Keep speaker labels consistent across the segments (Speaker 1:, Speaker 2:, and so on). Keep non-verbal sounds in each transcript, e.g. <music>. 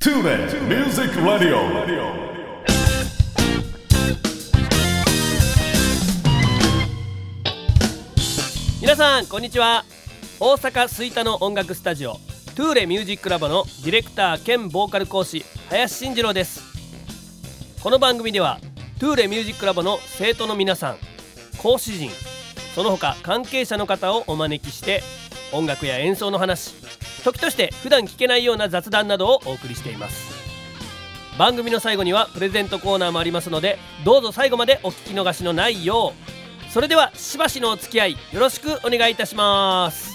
Speaker 1: Tune in Music Radio. Radio.
Speaker 2: 皆さんこんにちは大阪吹田の音楽スタジオトゥーレミュージックラボのディレクター兼ボーカル講師林慎二郎ですこの番組ではトゥーレミュージックラボの生徒の皆さん講師陣その他関係者の方をお招きして音楽や演奏の話時として普段聞けないような雑談などをお送りしています番組の最後にはプレゼントコーナーもありますのでどうぞ最後までお聞き逃しのないようそれではしばしのお付き合いよろしくお願いいたします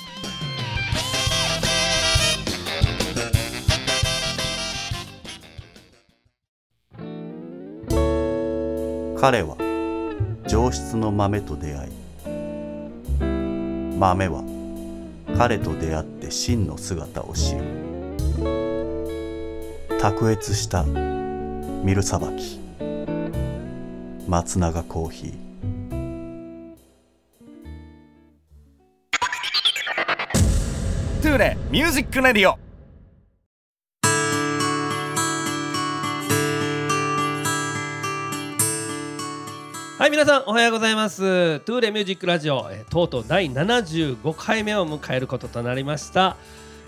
Speaker 3: 彼は上質の豆と出会い豆は彼と出会って真の姿を知る卓越したミルさばき松永コーヒー
Speaker 4: トゥーレミュージックレディオ
Speaker 2: はい皆さんおはようございますトゥーレミュージックラジオ、えーとうとう第75回目を迎えることとなりました、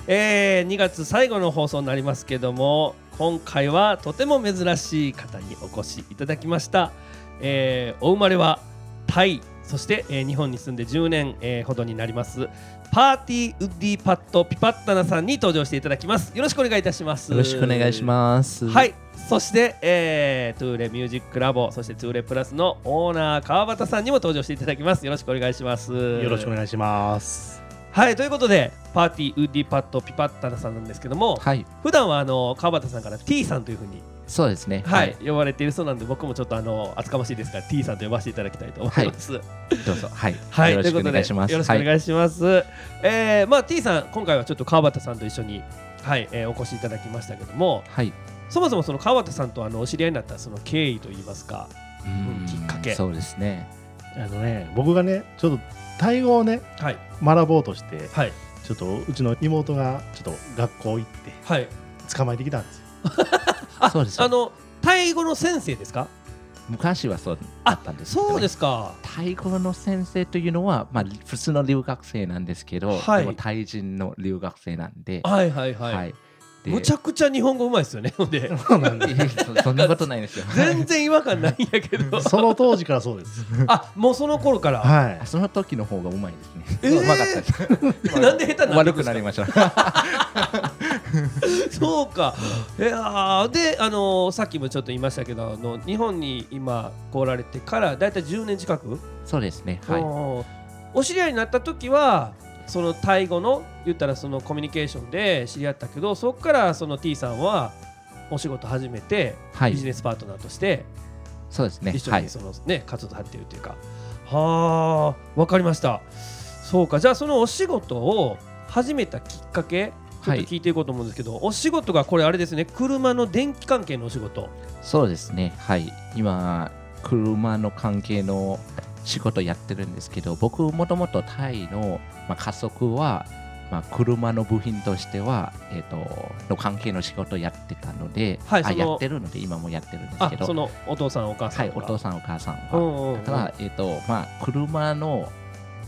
Speaker 2: えー2月最後の放送になりますけども今回はとても珍しい方にお越しいただきました、えーお生まれはタイそして、えー日本に住んで10年、えーほどになりますパーティーウッディパッドピパッタナさんに登場していただきますよろしくお願いいたします
Speaker 5: よろしくお願いします。
Speaker 2: は。い、そして、えー、トゥーレミュージックラボ、そしてトゥーレプラスのオーナー川端さんにも登場していただきます。よろしくお願いします。よ
Speaker 6: よろしくお願いします。
Speaker 2: はい、ということで、パーティーウッディパッドピパッタナさんなんですけども、
Speaker 5: はい。
Speaker 2: 普段はあの川端さんから T さんというふうに、
Speaker 5: そうですね。
Speaker 2: はい。呼ばれているそうなんで、僕もちょっとあの厚かましいですから、T さんと呼ばせていただきたいと思います。はい、
Speaker 5: どうぞ。はい。
Speaker 2: とい
Speaker 5: よろ
Speaker 2: う
Speaker 5: しく
Speaker 2: こ
Speaker 5: お
Speaker 2: と
Speaker 5: 願
Speaker 2: で
Speaker 5: いします。
Speaker 2: よろしくお願いします。えーまあ T さん、今回はちょっと川端さんと一緒に、はい、えーお越しいただきましたけども、
Speaker 5: はい。はい
Speaker 2: そもそもその川端さんとあのお知り合いになったその経緯といいますか。
Speaker 5: うん
Speaker 2: きっかけ
Speaker 5: そうですね。
Speaker 6: あのね、僕がね、ちょっとタイ語をね、
Speaker 2: はい
Speaker 6: 学ぼうとして、
Speaker 2: はい
Speaker 6: ちょっとうちの妹がちょっと学校行って
Speaker 2: はい。
Speaker 6: 捕まえてきたんですよ。
Speaker 2: あ
Speaker 5: そうです
Speaker 2: あのタイ語の先生ですか。
Speaker 5: 昔はそうだ
Speaker 2: あ
Speaker 5: ったんですけどね。。
Speaker 2: そうですすか。
Speaker 5: タイ語の先生というのは、まあ、普通の留学生なんですけど、
Speaker 2: はい
Speaker 5: でもタイ人の留学生なんで、
Speaker 2: はいはいはい。
Speaker 5: で
Speaker 2: むちゃくちゃ日本語うまいですよね。ほんで
Speaker 6: そうなんで
Speaker 5: い
Speaker 2: <laughs>
Speaker 5: やそそんなことないですよ。
Speaker 2: 全然違和感ないんやけど
Speaker 6: す。その当時からそうです。
Speaker 2: あもうその頃から。
Speaker 6: は
Speaker 5: その時の方がうまいですね。
Speaker 2: えー
Speaker 5: うまかったです。
Speaker 2: なんで下手になって
Speaker 5: 悪
Speaker 2: くんで
Speaker 5: く
Speaker 2: すか
Speaker 5: なりました。
Speaker 2: そうか。いやーであのーさっきもちょっと言いましたけどあの日本に今来られてからだいたい10年近く。
Speaker 5: そうですね。はい。
Speaker 2: おーお知り合いになった時はそのタイ語の言ったらそのコミュニケーションで知り合ったけどそこからその T さんはお仕事始めて、
Speaker 5: はい
Speaker 2: ビジネスパートナーとして
Speaker 5: そうですね。
Speaker 2: 一緒
Speaker 5: は
Speaker 2: に
Speaker 5: い。
Speaker 2: その、ね活動されているというかはあ分かりましたそうかじゃあそのお仕事を始めたきっかけちょっと
Speaker 5: はい
Speaker 2: 聞いていこうと思うんですけど、お仕事がこれあれですね車の電気関係のお仕事
Speaker 5: そうですね、はい。今、車の関係の仕事やってるんですけど、僕、もともとタイの、まあ、家族は、まあ、車の部品としては、えっとの関係の仕事やってたので、
Speaker 2: はい
Speaker 5: あ
Speaker 2: その
Speaker 5: やってるので、今もやってるんです
Speaker 2: あ
Speaker 5: けど、
Speaker 2: そのお父さんお母さ
Speaker 5: は
Speaker 2: ん
Speaker 5: い、
Speaker 2: と
Speaker 5: お
Speaker 2: か
Speaker 5: 父さん、お母さん
Speaker 2: う
Speaker 5: は。
Speaker 2: んうんうん
Speaker 5: ただ、えっとまあ、車の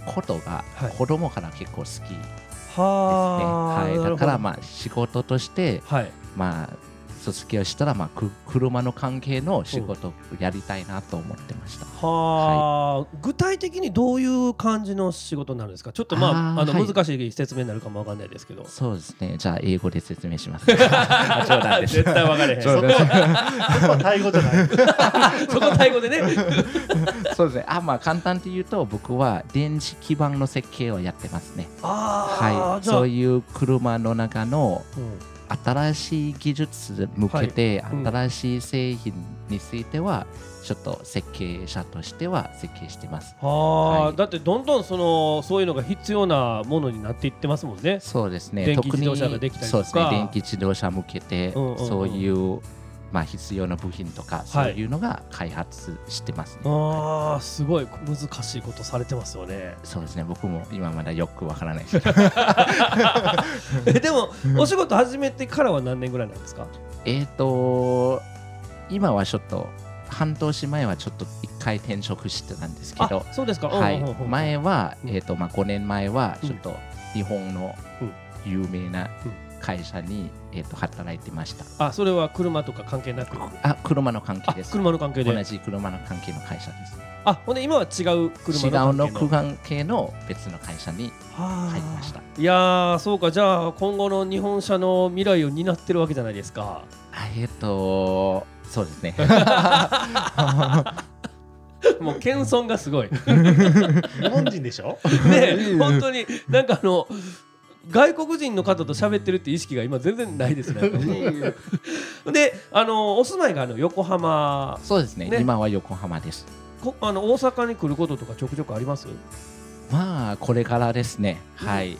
Speaker 5: ことが
Speaker 2: はい
Speaker 5: 子供から結構好きですね。
Speaker 2: はあ、
Speaker 5: はい、
Speaker 2: なる
Speaker 5: だ
Speaker 2: ほ
Speaker 5: か
Speaker 2: ど
Speaker 5: ら、まあ、仕事として、
Speaker 2: はい
Speaker 5: まあ、卒業したら、まあ、く車の関係の仕事をやりたいなと思ってました。
Speaker 2: はあ、具体的にどういう感じの仕事になるんですかちょっとまああ
Speaker 5: あー
Speaker 2: の
Speaker 5: はい
Speaker 2: 難しい説明になるかもわかんないですけど
Speaker 5: そうですね。じゃあ、英語で説明し
Speaker 2: <laughs>
Speaker 5: ます。あ冗談です。
Speaker 2: 絶対わかれへん
Speaker 5: 冗談です
Speaker 6: い。やっぱタイ語じゃない。
Speaker 2: そこタイ語でね
Speaker 5: そうですね。あ、まあ、簡単に言うと、僕は電子基板の設計をやってますね。
Speaker 2: ああ、
Speaker 5: はい。
Speaker 2: じゃあ
Speaker 5: そういう車の中の
Speaker 2: うん
Speaker 5: 新しい技術向けて、
Speaker 2: はいうん
Speaker 5: 新しい製品については、ちょっと設計者としては設計してます。
Speaker 2: はあ、
Speaker 5: はい
Speaker 2: だってどんどんそのそういうのが必要なものになっていってますもんね
Speaker 5: そうですね。
Speaker 2: 電気
Speaker 5: 特に
Speaker 2: 自動車ができたりとか
Speaker 5: そうですね。電気自動車向けて、
Speaker 2: うんうんうん
Speaker 5: そういうまあ必要な部品とか、そういうのが開発してますね。
Speaker 2: ああすごい難しいことされてますよね
Speaker 5: そうですね。僕も今まだよくわからない
Speaker 2: <laughs>
Speaker 5: です。
Speaker 2: えでもお仕事始めてからは何年ぐらいなんですか
Speaker 5: えっ、と、今はちょっと、半年前はちょっと一回転職してたんですけど
Speaker 2: あ、そうですか、
Speaker 5: は
Speaker 2: うんうんうんう
Speaker 5: い、
Speaker 2: ん
Speaker 5: 前は、
Speaker 2: うん
Speaker 5: えっ、と、まあ、5年前は、
Speaker 2: うん
Speaker 5: ちょっと日本の
Speaker 6: うん
Speaker 5: 有名な
Speaker 6: うん
Speaker 5: 会社に、えっ、と、働いてました。
Speaker 2: あそれは車とか関係なく
Speaker 5: あ、車の関係
Speaker 2: あ
Speaker 5: です。
Speaker 2: 車の関係
Speaker 5: 同
Speaker 2: で
Speaker 5: じ車の関係の会社です。
Speaker 2: あほんで今は違う
Speaker 5: 違
Speaker 2: 車
Speaker 5: う
Speaker 2: の
Speaker 5: の
Speaker 2: 関係の
Speaker 5: 関係の別の会社に入りました。
Speaker 2: いやーそうかじゃあ今後の日本車の未来を担ってるわけじゃないですか
Speaker 5: あえっ、と、そうですね。
Speaker 2: もう謙遜がすごいね
Speaker 6: 日本人でしょ
Speaker 5: <laughs>
Speaker 2: え本当になんかあの外国人の方と喋ってるって意識が今全然ないですねであのお住まいがあの横浜
Speaker 5: そうですね
Speaker 2: ね
Speaker 5: 今は横浜です。
Speaker 2: こあの大阪に来ることとかちょくちょくあります
Speaker 5: まあ、これからですね。はい。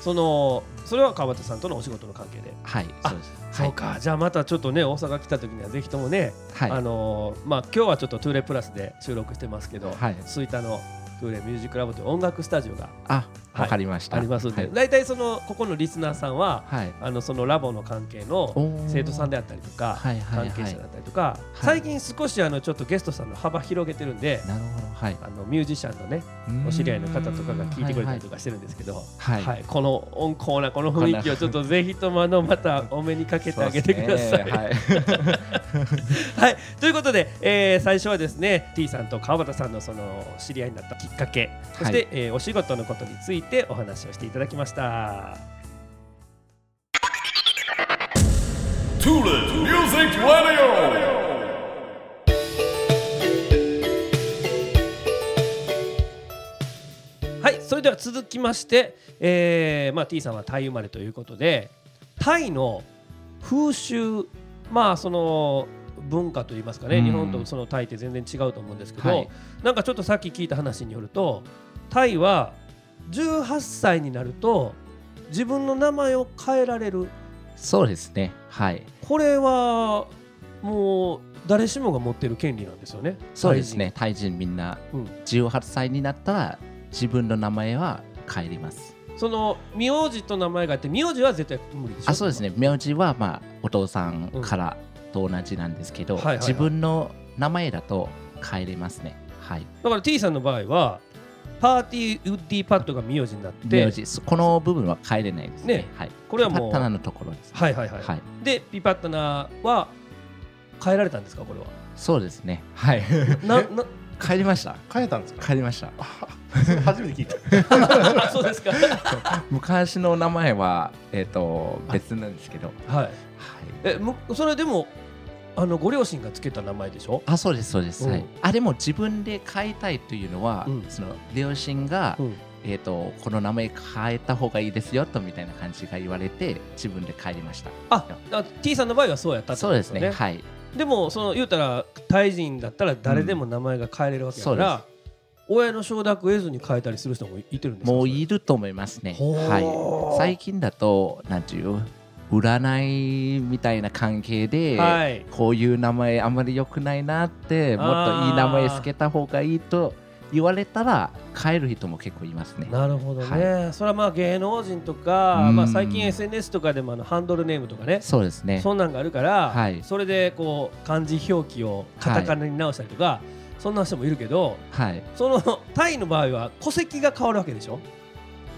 Speaker 2: そのそれは川端さんとのお仕事の関係で、
Speaker 5: はい、
Speaker 2: あ
Speaker 5: そうです。
Speaker 2: そうかじゃあまたちょっとね大阪来た時にはぜひともね、
Speaker 5: はい。
Speaker 2: あのーまあ今日はちょっとトゥーレプラスで収録してますけど、
Speaker 5: はい
Speaker 2: 吹田のトゥーレミュージックラボという音楽スタジオが
Speaker 5: あ、
Speaker 2: はい
Speaker 5: わかりました。
Speaker 2: ありますの
Speaker 5: は
Speaker 2: で、
Speaker 5: い。
Speaker 2: 大体そのここのリスナーさんは
Speaker 5: はい。
Speaker 2: あのそのラボの関係
Speaker 5: お
Speaker 2: の
Speaker 5: ー
Speaker 2: 生徒さんであったりとか、
Speaker 5: はいはいはい
Speaker 2: 関係者だったりとか、
Speaker 5: はい
Speaker 2: 最近少しあのちょっとゲストさんの幅広げてるんで、
Speaker 5: なるほど。はい。
Speaker 2: あのミュージシャンのねお知り合いの方とかが聞いてくれたりとかしてるんですけど。
Speaker 5: か。はい。
Speaker 2: は
Speaker 5: はい
Speaker 2: い、この温厚なこの雰囲気をちょっとぜひともあのまたお目にかけてあげてください。
Speaker 5: そうですねはい。
Speaker 2: はい、ということで、えー最初はですね T さんと川端さんのその知り合いになったきっかけそして、
Speaker 5: はい
Speaker 2: えーお仕事のことについてお話をしていただきました。
Speaker 1: Tulip Music Radio.
Speaker 2: はい、それでは続きまして、えーまあ、T さんはタイ生まれということでタイの風習まあその文化といいますかね、
Speaker 5: うん
Speaker 2: 日本とそのタイって全然違うと思うんですけど、
Speaker 5: はい
Speaker 2: なんかちょっとさっき聞いた話によるとタイは18歳になると自分の名前を変えられる
Speaker 5: そうですね。はい。 <laughs>
Speaker 2: これはもう誰しもが持ってる権利なんですよね。
Speaker 5: そうですね。タイ人みんな
Speaker 2: うん
Speaker 5: 18歳になったら自分の名前は変えります。
Speaker 2: タイ人その名字と名前があって名字は絶対無理でしょ
Speaker 5: あそうですね名字はまあお父さんからと同じなんですけど、
Speaker 2: うんはいはいはい
Speaker 5: 自分の名前だと変えれますねはい
Speaker 2: だから T さんの場合はパーティーウッディパッドが名字になって
Speaker 5: 名字そこの部分は変えれないですね
Speaker 2: ね
Speaker 5: はい
Speaker 2: これはもう
Speaker 5: パッタナのところです
Speaker 2: はいはいはい、
Speaker 5: はい
Speaker 2: でピパッタナは変えられたんですかこれは
Speaker 5: そうですねはい <laughs>
Speaker 2: なな
Speaker 5: 変えりました
Speaker 6: 変えたんですか
Speaker 5: 変えりました
Speaker 6: それ初めて聞いた
Speaker 2: あそうですか <laughs>
Speaker 5: 昔の名前はえっ、と別なんですけどはい
Speaker 2: はいえむそれでもあのご両親がつけた名前でしょ
Speaker 5: あそうですそうです、は
Speaker 2: う
Speaker 5: い
Speaker 2: ん、
Speaker 5: あでも自分で変えたいというのは、
Speaker 2: うん
Speaker 5: その両親が、
Speaker 2: うん
Speaker 5: えー、とこの名前変えた方がいいですよとみたいな感じが言われて自分で変えりました
Speaker 2: ああ T さんの場合はそうやったってこ
Speaker 5: そう
Speaker 2: と
Speaker 5: で
Speaker 2: です
Speaker 5: す
Speaker 2: よ
Speaker 5: ねはい
Speaker 2: でもその言うたらタイ人だったら誰でも名前が変えれるわけだから、親の承諾を得ずに変えたりする人もいてるんですか
Speaker 5: もう
Speaker 2: それ
Speaker 5: いると思いますね
Speaker 2: ほう
Speaker 5: はい最近だとなんていう占いみたいな関係で、
Speaker 2: はい
Speaker 5: こういう名前あんまり良くないなってもっといい名前つけた方がいいと言われたら変える人も結構いますね
Speaker 2: なるほどね、それはまあ芸能人とか、
Speaker 5: うん
Speaker 2: まあ、最近 SNS とかでもあのハンドルネームとかね
Speaker 5: そうですね
Speaker 2: そんなんがあるから、
Speaker 5: はい
Speaker 2: それでこう漢字表記をカタカナに直したりとか、そんな人もいるけど
Speaker 5: はい
Speaker 2: そのタイの場合は戸籍が変わるわけでしょ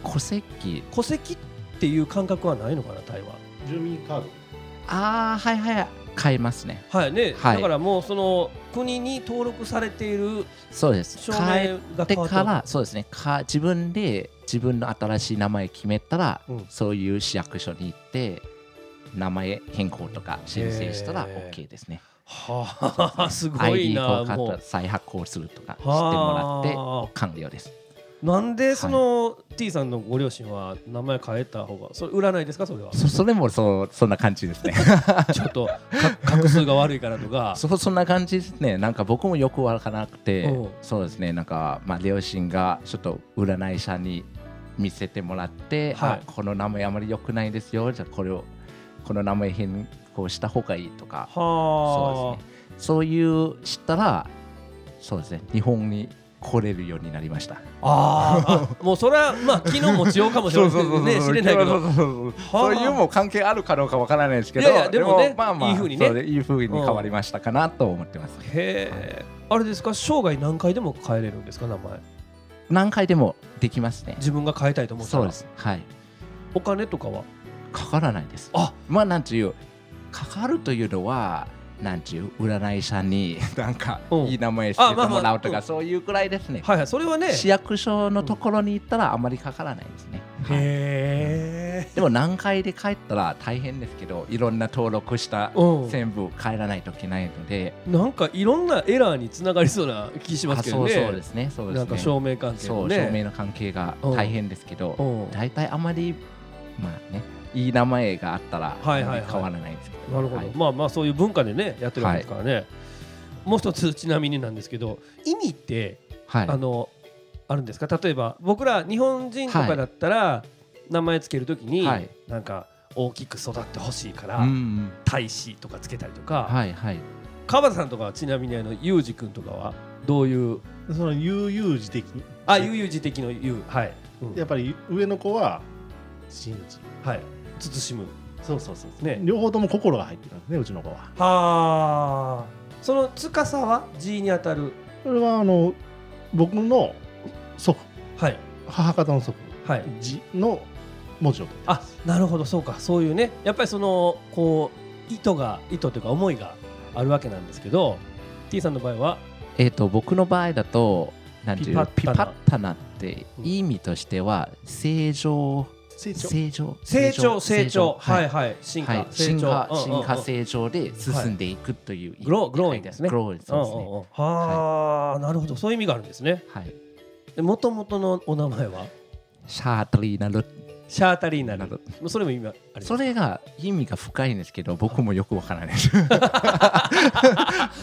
Speaker 5: 戸籍
Speaker 2: 戸籍っていう感覚はないのかなタイは。
Speaker 6: 住民カード
Speaker 5: ああはいはい変えますね
Speaker 2: はいね
Speaker 5: はい
Speaker 2: だからもうその国に登録されている
Speaker 5: そうです
Speaker 2: 証
Speaker 5: 変え
Speaker 2: 明が
Speaker 5: て
Speaker 2: 変わった
Speaker 5: からそうですねか自分で自分の新しい名前決めたら、
Speaker 2: うん
Speaker 5: そういう市役所に行って名前変更とか申請したら
Speaker 2: へー
Speaker 5: OK ですね
Speaker 2: はあ、すごい
Speaker 5: ID
Speaker 2: な
Speaker 5: 交
Speaker 2: も
Speaker 5: 換
Speaker 2: う
Speaker 5: と再発行するとかして
Speaker 2: はあ
Speaker 5: もらって完了です
Speaker 2: なんでその、T さんのご両親は名前変えた方がそれ占いですかそ
Speaker 5: <laughs>
Speaker 2: れは
Speaker 5: そそれもそうそんな感じですね
Speaker 2: ちょっとか画数が悪いからとか
Speaker 5: <laughs> そそんな感じですねなんか僕もよくわからなくて
Speaker 2: うん
Speaker 5: そうですねなんか、まあ、両親がちょっと占い師に見せてもらって、
Speaker 2: はい
Speaker 5: あこの名前あまり良くないですよじゃあこれをこの名前変更した方がいいとか
Speaker 2: は
Speaker 5: そうですね。そういう知ったら、そうですね。日本に来れるようになりました。
Speaker 2: あーあもうそれはまあ機能も違うかもしれないね知れないけ
Speaker 5: <laughs> そ
Speaker 2: ど
Speaker 5: うそうそうそう
Speaker 2: はあ
Speaker 5: そういうも関係あるかどうかわからないですけど
Speaker 2: いやいやでもねいい風にね
Speaker 5: そうでいい風に変わりましたかなと思ってます、
Speaker 2: へえあれですか生涯何回でも変えれるんですか名前
Speaker 5: 何回でもできますね
Speaker 2: 自分が変えたいと思ったら
Speaker 5: そうですはい
Speaker 2: お金とかは
Speaker 5: かからないです
Speaker 2: あ
Speaker 5: まあなんていうかかるというのはなんていう占い師さんに <laughs> なんか
Speaker 2: うん
Speaker 5: いい名前し
Speaker 2: あ
Speaker 5: て
Speaker 2: まあまあ
Speaker 5: もらうと
Speaker 2: う
Speaker 5: か
Speaker 2: ん
Speaker 5: そういうくらいですね
Speaker 2: はいはいそれはね
Speaker 5: 市役所のところに行ったらあまりかからないですね、はい
Speaker 2: へ
Speaker 5: でも何回で帰ったら大変ですけどいろんな登録した
Speaker 2: えうん
Speaker 5: 全部帰らないといけないので、
Speaker 2: なんかいろんなエラーにつながりそうな気しますけどね
Speaker 5: あそうそうですねそうですね
Speaker 2: なんか証明関係
Speaker 5: そ
Speaker 2: も
Speaker 5: う
Speaker 2: ね
Speaker 5: 証明の関係が大変ですけど、
Speaker 2: うん
Speaker 5: 大体あまりまあねいい名前があったらあま
Speaker 2: はい
Speaker 5: り
Speaker 2: はいはい
Speaker 5: 変わらないですけど、
Speaker 2: なるほど、
Speaker 5: はい
Speaker 2: まあまあそういう文化でねやってるわけですからね、もう一つちなみになんですけど意味って
Speaker 5: はい
Speaker 2: あのあるんですか例えば僕ら日本人とかだったら名前つけるときに、
Speaker 5: はい
Speaker 2: なんか大きく育ってほしいから、
Speaker 5: うんうん
Speaker 2: 大使とかつけたりとか、
Speaker 5: はいはい
Speaker 2: 川田さんとかはちなみにあのゆうじくんとかはどういう
Speaker 6: その悠々自適に
Speaker 2: あゆうゆうじ的のゆうはい、うん
Speaker 6: やっぱり上の子は真打ち
Speaker 2: はい慎む
Speaker 6: そうそうそうそう
Speaker 2: ね
Speaker 6: 両方とも心が入ってるんですねうちの子は
Speaker 2: はあその司は G に当たる
Speaker 6: それはあの僕の祖父
Speaker 2: はい
Speaker 6: 母方の祖父
Speaker 2: はい
Speaker 6: 字の文字を取って
Speaker 2: あなるほどそうかそういうねやっぱりそのこう意図が意図というか思いがあるわけなんですけど T さんの場合は
Speaker 5: えっ、と僕の場合だとなんていう
Speaker 2: ピ
Speaker 5: ピ
Speaker 2: パ
Speaker 5: パ
Speaker 2: ッタナ
Speaker 5: ッタナって意味としては正常
Speaker 6: 成長
Speaker 5: 正常
Speaker 2: 成長成長はいいはい進化
Speaker 5: はい、
Speaker 2: 成
Speaker 5: 進
Speaker 2: 長
Speaker 5: 化
Speaker 2: うんうんうん
Speaker 5: 進化成長で進んでいくという意味
Speaker 2: グローグローインですね
Speaker 5: グローイン
Speaker 2: う
Speaker 5: そ
Speaker 2: ん
Speaker 5: う
Speaker 2: う
Speaker 5: です
Speaker 2: ん
Speaker 5: ね、
Speaker 2: うんはあなるほどそういう意味があるんですね
Speaker 5: はい、
Speaker 2: もともとのお名前は
Speaker 5: シャートリーナル
Speaker 2: シャータリーナ
Speaker 5: な
Speaker 2: ル
Speaker 5: る
Speaker 2: それも今あります
Speaker 5: それが意味が深いんですけど僕もよくわからないです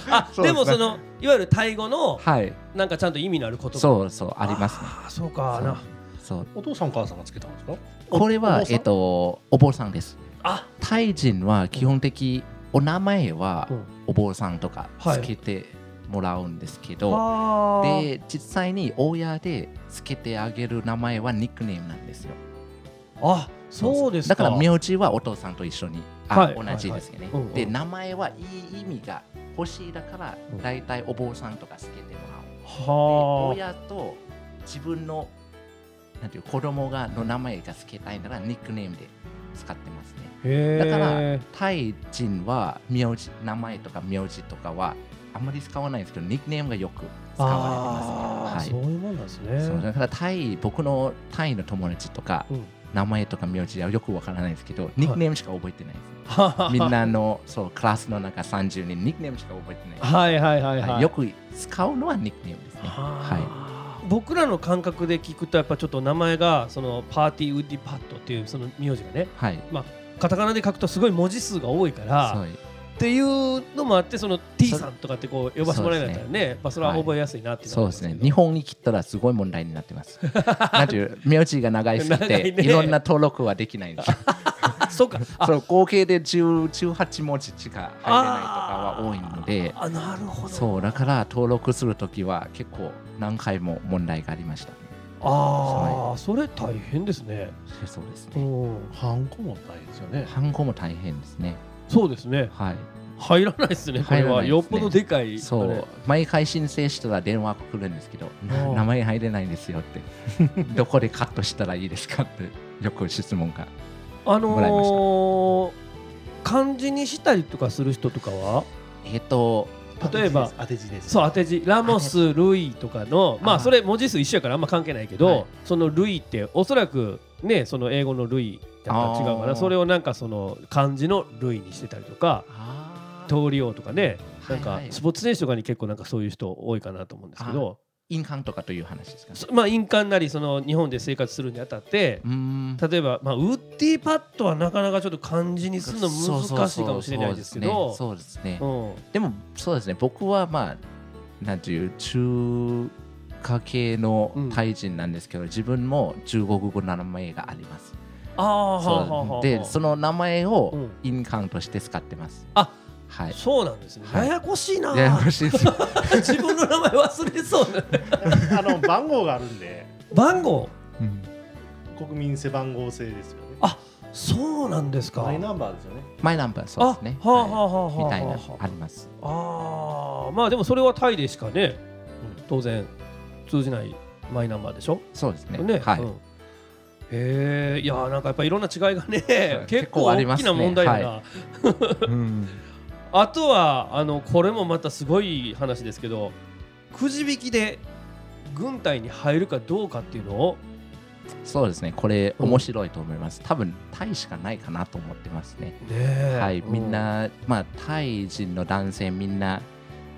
Speaker 2: あ
Speaker 5: そう
Speaker 2: で
Speaker 5: ですね
Speaker 2: もそのいわゆるタイ語の
Speaker 5: <laughs> はい
Speaker 2: なんかちゃんと意味のある言葉
Speaker 5: そうそうありますね
Speaker 2: あーそうかな
Speaker 5: そう
Speaker 6: お父さんお母さんがつけたんですか
Speaker 5: これ
Speaker 6: お
Speaker 5: は
Speaker 6: 坊さん
Speaker 5: えっとお坊さんです
Speaker 2: あ
Speaker 5: タイ人は基本的お名前は
Speaker 2: うん
Speaker 5: お坊さんとか
Speaker 2: はい
Speaker 5: つけてもらうんですけど、
Speaker 2: あー
Speaker 5: で実際に親でつけてあげる名前はニックネームなんですよ
Speaker 2: あそうです
Speaker 5: だ
Speaker 2: か
Speaker 5: から名字はお父さんと一緒にあ、
Speaker 2: はい
Speaker 5: 同じですよね、
Speaker 2: はいはいうんうん
Speaker 5: で名前はいい意味が欲しいだから
Speaker 2: うん
Speaker 5: 大体お坊さんとかつけてもらう
Speaker 2: はあ
Speaker 5: 親と自分のなんていう子供がの名前が付けたいならニックネームで使ってますね。
Speaker 2: だ
Speaker 5: だからタイ人は名字名前とか名字とかはあまり使わないんですけどニックネームがよく使われてます
Speaker 2: そ
Speaker 5: ね。は
Speaker 2: ういうもんなんです
Speaker 5: い、そう
Speaker 2: ね。
Speaker 5: だからタイ僕のタイの友達とか
Speaker 2: うん
Speaker 5: 名前とか名字はよくわからないですけどニックネームしか覚えてないです、
Speaker 2: ははは
Speaker 5: みんなのそうクラスの中30人ニックネームしか覚えてないです
Speaker 2: <laughs> はいはいはい
Speaker 5: は
Speaker 2: はいい。
Speaker 5: よく使うのはニックネームですね。は
Speaker 2: はい。僕らの感覚で聞くとやっぱちょっと名前がそのパーティーウッディパットっていうその名字がね
Speaker 5: い、はい
Speaker 2: カタカナで書くとすごい文字数が多いから
Speaker 5: そう
Speaker 2: っていうのもあってその T さんとかってこう呼ばせてもらえないからねまあそれは覚えやすいなっていの
Speaker 5: そう
Speaker 2: は
Speaker 5: ですね。日本に来たらすごい問題になって
Speaker 2: <laughs>
Speaker 5: ます。なんていう、名字が長いすぎ
Speaker 2: 長
Speaker 5: て
Speaker 2: い、ね
Speaker 5: いろんな登録はできないんですよ。
Speaker 2: あそうかあ
Speaker 5: そう合計で10 18文字しか入れないとかは多いので、
Speaker 2: あなるほど
Speaker 5: そう、だから登録するときは結構何回も問題がありましたね。
Speaker 2: ああそれ大変ですね
Speaker 5: そうです
Speaker 2: う
Speaker 5: ね。
Speaker 2: ん
Speaker 6: ハンコも大変ですよね
Speaker 5: ハンコも大変ですね。
Speaker 2: そうですね
Speaker 5: はい。
Speaker 2: 入らないですねこれ
Speaker 5: 入らな
Speaker 2: はい
Speaker 5: ですね
Speaker 2: よっぽどでかい
Speaker 5: そ
Speaker 2: あれ
Speaker 5: う、毎回申請したら電話が来るんですけど、
Speaker 2: あ
Speaker 5: な
Speaker 2: あ
Speaker 5: 名前入れないんですよって、
Speaker 2: <laughs>
Speaker 5: どこでカットしたらいいですかって、よく質問が。
Speaker 2: あ
Speaker 5: もらいまし
Speaker 2: のー、漢字にしたりとかする人とかは
Speaker 5: えっと、
Speaker 2: 例えば
Speaker 6: 当て字です
Speaker 2: そう当て字ラモス、ルイとかのまあ
Speaker 5: あー
Speaker 2: それ文字数一緒やからあんま関係ないけど、
Speaker 5: はい
Speaker 2: そのルイっておそらくねその英語のルイやったら違うか
Speaker 5: あ
Speaker 2: な
Speaker 5: ー
Speaker 2: それをなんかその漢字のルイにしてたりとか
Speaker 5: あー
Speaker 2: 通りようとかねなん
Speaker 5: は
Speaker 2: か
Speaker 5: いはい
Speaker 2: スポーツ選手とかに結構なんかそういう人多いかなと思うんですけど、
Speaker 5: 印鑑とかという話ですかね
Speaker 2: そまあ印鑑なりその日本で生活するにあたって
Speaker 5: うーん
Speaker 2: 例えば、まあ、ウッディパッドはなかなかちょっと漢字にするの難しいかもしれないですけど
Speaker 5: そうですねそうです
Speaker 2: う
Speaker 5: ね
Speaker 2: ん
Speaker 5: でもそうですね僕はまあなんていう中華系のタイ人なんですけど、自分も中国語の名前があります
Speaker 2: ああ、はあはあは
Speaker 5: そ
Speaker 2: あ
Speaker 5: うでその名前を
Speaker 2: うん
Speaker 5: 印鑑として使ってます、
Speaker 2: あ
Speaker 5: はい。
Speaker 2: そうなんですね。
Speaker 5: は
Speaker 2: や
Speaker 5: い
Speaker 2: やこしいな。
Speaker 5: ややこしいです。
Speaker 2: <laughs> 自分の名前忘れそうだ。
Speaker 6: あの番号があるんで
Speaker 2: 番号。
Speaker 5: うん
Speaker 6: 国民背番号制ですよね
Speaker 2: あそうなんですか。
Speaker 7: マイナンバーですよね。
Speaker 5: マイナンバー、そうですね。
Speaker 2: あはあ
Speaker 5: い
Speaker 2: はあはあはあ
Speaker 5: みたいな、あります。
Speaker 2: ああまあでもそれはタイでしかね、当然通じないマイナンバーでしょ。
Speaker 5: そうですね。
Speaker 2: ね。
Speaker 5: はい。
Speaker 2: うんへえいやーなんかやっぱいろんな違いがね
Speaker 5: い
Speaker 2: 結構
Speaker 5: 結構あり
Speaker 2: 大
Speaker 5: ま
Speaker 2: き
Speaker 5: す
Speaker 2: な
Speaker 5: ね
Speaker 2: 問題だな。
Speaker 5: うん
Speaker 2: あとはあのこれもまたすごい話ですけどくじ引きで軍隊に入るかどうかっていうのを
Speaker 5: そうですね。これ、
Speaker 2: うん
Speaker 5: 面白いと思います。多分、タイしかないかなと思ってますね。
Speaker 2: ねえ
Speaker 5: はい、
Speaker 2: う
Speaker 5: みんな、まあ、タイ人の男性みんな、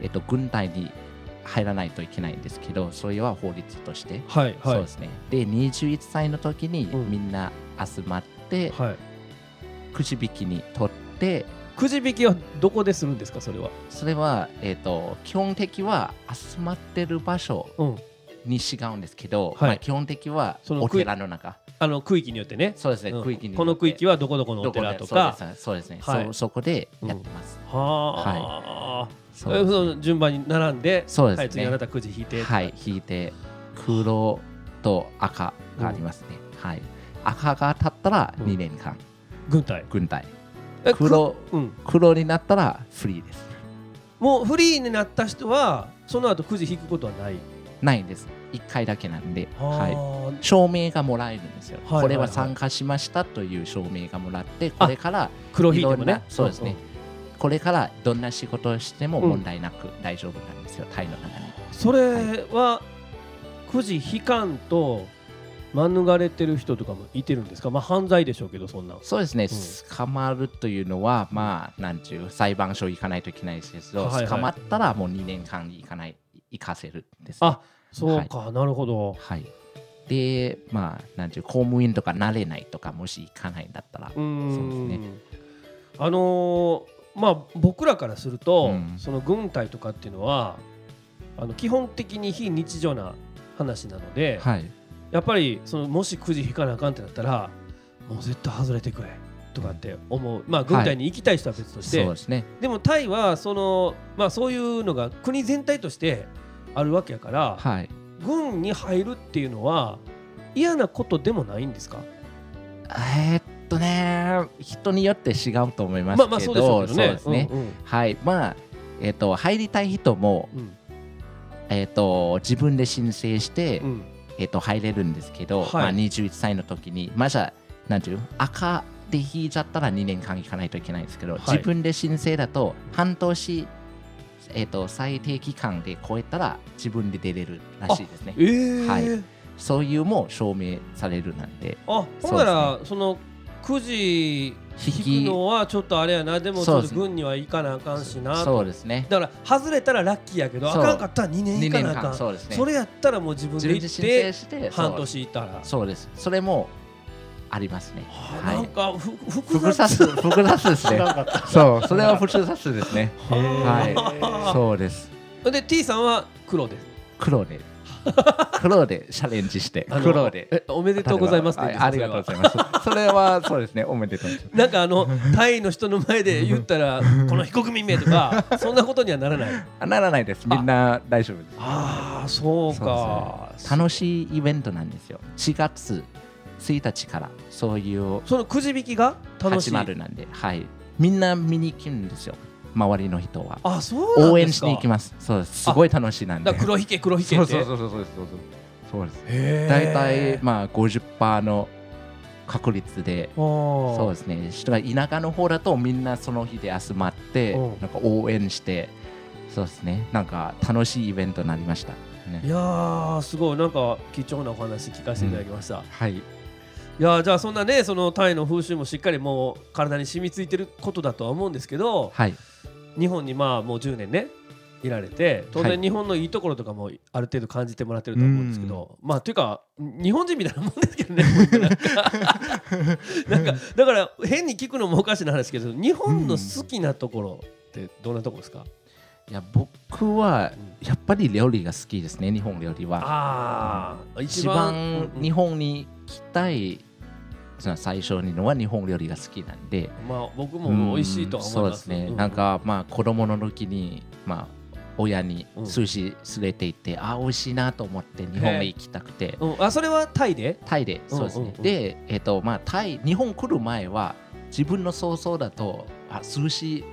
Speaker 5: えっと、軍隊に入らないといけないんですけど、それは法律として、
Speaker 2: はいは
Speaker 5: そ
Speaker 2: いう
Speaker 5: ですね。で、21歳の時に
Speaker 2: うん
Speaker 5: みんな集まって、
Speaker 2: はい
Speaker 5: くじ引きに取って、
Speaker 2: くじ引きはどこでするんですかそれは
Speaker 5: それは、えっと、基本的は集まってる場所
Speaker 2: うん
Speaker 5: に違うんですけど、
Speaker 2: はい
Speaker 5: まあ、基本的は
Speaker 2: その
Speaker 5: お寺の中、
Speaker 2: あの区域によってね
Speaker 5: そうですね、
Speaker 2: うん
Speaker 5: 区域に
Speaker 2: この区域
Speaker 5: は
Speaker 2: はどこどこのお寺とか
Speaker 5: そうですそうですね、
Speaker 2: はい
Speaker 5: そうそこでやってます。
Speaker 2: はあ、
Speaker 5: そう
Speaker 2: え
Speaker 5: です
Speaker 2: その順番に並んで
Speaker 5: そうです
Speaker 2: は
Speaker 5: ね
Speaker 2: い、次あなたくじ引いて、
Speaker 5: はい、引いて黒と赤がありますね。はい、赤が立ったら
Speaker 2: うん
Speaker 5: 2年間、
Speaker 2: 軍隊
Speaker 5: 軍隊
Speaker 2: え
Speaker 5: 黒
Speaker 2: くうん、
Speaker 5: 黒になったらフリーです。
Speaker 2: もうフリーになった人はその後くじ引くことはない
Speaker 5: ないんです。1回だけなんで、はい、
Speaker 2: は
Speaker 5: 証明がもらえるんですよ、
Speaker 2: はいはいはい
Speaker 5: これは参加しましたという証明がもらって、これから
Speaker 2: い、黒引
Speaker 5: い
Speaker 2: いて
Speaker 5: ろ
Speaker 2: も
Speaker 5: ん
Speaker 2: ね
Speaker 5: な、そうですね、これからどんな仕事をしても問題なく大丈夫なんですよ、タイの中に。
Speaker 2: それはくじ悲観と免れてる人とかもいてるんですか、まあ、犯罪でしょうけどそんなん
Speaker 5: そうですね、捕まるというのは、まあ、なんちゅう、裁判所行かないといけないですけど、
Speaker 2: はいはい
Speaker 5: 捕まったらもう2年間行かない、行かせるんです、
Speaker 2: あそうか、なるほど
Speaker 5: はい。で、まあ、なんちゅう、公務員とかなれないとか、もし行かないんだったら、
Speaker 2: うーん
Speaker 5: そうです
Speaker 2: あのーまあ僕らからすると、
Speaker 5: うん
Speaker 2: その軍隊とかっていうのはあの基本的に非日常な話なので、
Speaker 5: はい。
Speaker 2: やっぱりそのもしくじ引かなあかんってなったらもう絶対外れてくれとかって思うまあ軍隊に行きたい人は別として、
Speaker 5: そうですね、
Speaker 2: でもタイはその、まあ、そういうのが国全体としてあるわけやから、
Speaker 5: はい。
Speaker 2: 軍に入るっていうのは嫌なことでもないんですか
Speaker 5: えーっとね、人によって違うと思いますけど、
Speaker 2: まあまあそうでしょうけどね。
Speaker 5: そうですね
Speaker 2: うんうん
Speaker 5: はい。まあ、えーっと、入りたい人も、
Speaker 2: うん
Speaker 5: えーっと、自分で申請して、
Speaker 2: うん
Speaker 5: えっと入れるんですけど、
Speaker 2: はい
Speaker 5: まあ、21歳の時にまあじゃあなんていう赤で引いちゃったら2年間行かないといけないんですけど、
Speaker 2: はい
Speaker 5: 自分で申請だと半年、えっと最低期間で超えたら自分で出れるらしいですね
Speaker 2: えー
Speaker 5: はいそういうも証明されるなんで
Speaker 2: あほんならそ,、のくじ引くのはちょっとあれやなでもち
Speaker 5: そ
Speaker 2: ょ
Speaker 5: う
Speaker 2: っ
Speaker 5: で
Speaker 2: と
Speaker 5: す
Speaker 2: 軍には行かなあかんしな
Speaker 5: そうですね
Speaker 2: だから外れたらラッキーやけどあ
Speaker 5: そう
Speaker 2: かんかったら2年
Speaker 5: 2
Speaker 2: 行か
Speaker 5: 年
Speaker 2: なあかん
Speaker 5: 間そうですね
Speaker 2: それやったらもう自分
Speaker 5: 自
Speaker 2: で
Speaker 5: 分で
Speaker 2: 行っ
Speaker 5: 申請
Speaker 2: て
Speaker 5: して
Speaker 2: 半
Speaker 5: そう
Speaker 2: 年行ったら
Speaker 5: そうですそれもありますね
Speaker 2: あ
Speaker 5: はい
Speaker 2: なんかふ複
Speaker 5: 複
Speaker 2: 雑
Speaker 5: 雑複雑です
Speaker 6: 知ら
Speaker 5: ね
Speaker 6: なかった
Speaker 5: そうそれは複雑で
Speaker 2: <laughs>
Speaker 5: すねはい
Speaker 2: あ
Speaker 5: そうです
Speaker 2: で T さんは黒です。<laughs>
Speaker 5: 黒で黒でチャレンジして
Speaker 2: あの
Speaker 5: 黒で
Speaker 2: えおめでとうございますって言うんです
Speaker 5: あ
Speaker 2: か
Speaker 5: ありがと
Speaker 2: それ
Speaker 5: うご
Speaker 2: は
Speaker 5: ざいますそ <laughs> れはそうですねおめでとうございます
Speaker 2: なんかあのタイの人の前で言った
Speaker 5: <laughs>
Speaker 2: らこの被告人名とかそんなことにはならない。
Speaker 5: あならないですみんな大丈夫です
Speaker 2: ああそうか。
Speaker 5: 楽しいイベントなんですよ4月1日からそういう
Speaker 2: そのくじ引きが楽し
Speaker 5: 始
Speaker 2: い。
Speaker 5: まるなんではいみんな見に来るんですよ周りの人は
Speaker 2: あそうなんですか。
Speaker 5: 応援しに行き
Speaker 2: ま
Speaker 5: ますそうですすごい楽しいなんで
Speaker 2: だから黒引け黒引け
Speaker 5: そ
Speaker 2: っ
Speaker 5: うそう
Speaker 2: て。
Speaker 5: そうそうそうそうそうそうです
Speaker 2: へー
Speaker 5: 大体まあ50%の確率で
Speaker 2: あー
Speaker 5: そうですね人が田舎の方だとみんなその日で集まって
Speaker 2: うん
Speaker 5: なんか応援してそうですねなんか楽しいイベントになりました、
Speaker 2: い
Speaker 5: ね、
Speaker 2: やーすごいなんか貴重なお話聞かせていただきました。
Speaker 5: はい
Speaker 2: いやーじゃあそんなねそのタイの風習もしっかりもう体に染みついてることだとは思うんですけど、
Speaker 5: はい
Speaker 2: 日本にまあもう10年ねいられて当
Speaker 5: は
Speaker 2: 然
Speaker 5: い
Speaker 2: 日本のいいところとかもある程度感じてもらってると思うんですけど、まあというか日本人みたいなもんですけどね
Speaker 5: <laughs>
Speaker 2: なんかなんかだから変に聞くのもおかしな話ですけど日本の好きなところってどんなところですか、
Speaker 5: いや僕はやっぱり料理が好きですね日本料理は
Speaker 2: ああ
Speaker 5: 一番日
Speaker 2: 本
Speaker 5: 本に来たいその最初にのは日本料理が好きなんで、
Speaker 2: まあ僕も美味しいとは思います
Speaker 5: うんそうですね、なん、かまあ子供の時にまあ親に
Speaker 2: うん
Speaker 5: 寿司連れて行って、ああ美味しいなと思って日本へ行きたくて
Speaker 2: うん、あそれはタイで
Speaker 5: タイでそうですね、
Speaker 2: うんうんうん
Speaker 5: でえっ、とまあタイ日本来る前は自分の想像だとあ寿司